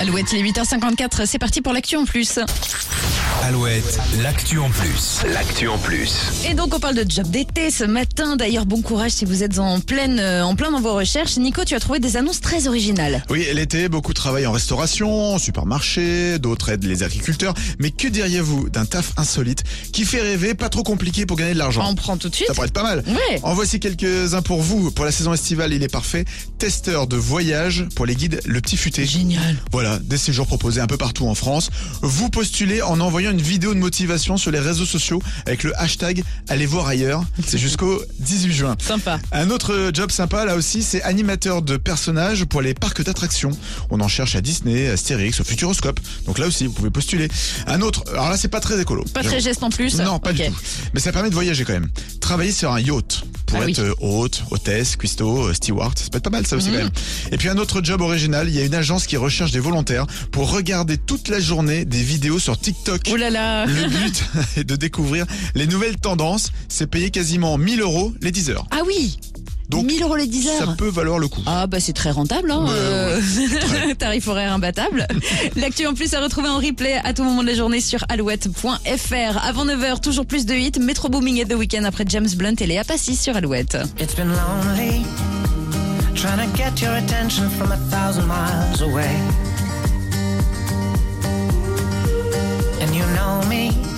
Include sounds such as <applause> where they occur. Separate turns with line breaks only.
Alouette, il est 8h54, c'est parti pour l'actu en plus.
Alouette, l'actu en plus. L'actu en plus.
Et donc on parle de job d'été ce matin. D'ailleurs, bon courage si vous êtes en pleine, euh, en plein dans vos recherches. Nico, tu as trouvé des annonces très originales.
Oui, l'été, beaucoup travaillent en restauration, en supermarché, d'autres aident les agriculteurs. Mais que diriez-vous d'un taf insolite qui fait rêver, pas trop compliqué pour gagner de l'argent
On prend tout de suite.
Ça pourrait être pas mal.
Ouais.
En voici quelques-uns pour vous. Pour la saison estivale, il est parfait. Testeur de voyage pour les guides Le Petit Futé.
Génial.
Voilà, des séjours proposés un peu partout en France. Vous postulez en envoyant une vidéo de motivation sur les réseaux sociaux avec le hashtag Allez voir ailleurs. C'est jusqu'au 18 juin.
Sympa.
Un autre job sympa là aussi, c'est animateur de personnages pour les parcs d'attractions. On en cherche à Disney, Astérix, au Futuroscope. Donc là aussi, vous pouvez postuler. Un autre, alors là c'est pas très écolo.
Pas très geste en plus.
Non, pas
Ok.
du tout. Mais ça permet de voyager quand même. Travailler sur un yacht pour
Ah oui.
être euh, hôte, hôtesse, cuistot, euh, steward, ça peut être pas mal ça aussi
Mhm.
quand même. Et puis un autre job original, il y a une agence qui recherche des volontaires pour regarder toute la journée des vidéos sur TikTok.
Oh là là.
Le
<laughs>
but est de découvrir les nouvelles tendances. C'est payer quasiment 1000 euros les 10 heures.
Ah oui.
Donc,
1000 euros les 10 heures.
Ça peut valoir le coup.
Ah bah c'est très rentable hein.
Ouais,
euh, <laughs> Tarif horaire
<laughs>
imbattable. L'actu en plus à retrouver en replay à tout moment de la journée sur alouette.fr. Avant 9h, toujours plus de hits, Metro Booming et The Weekend après James Blunt et Léa Passy sur Alouette.
It's been lonely trying to get your attention from a thousand miles away. And you know me,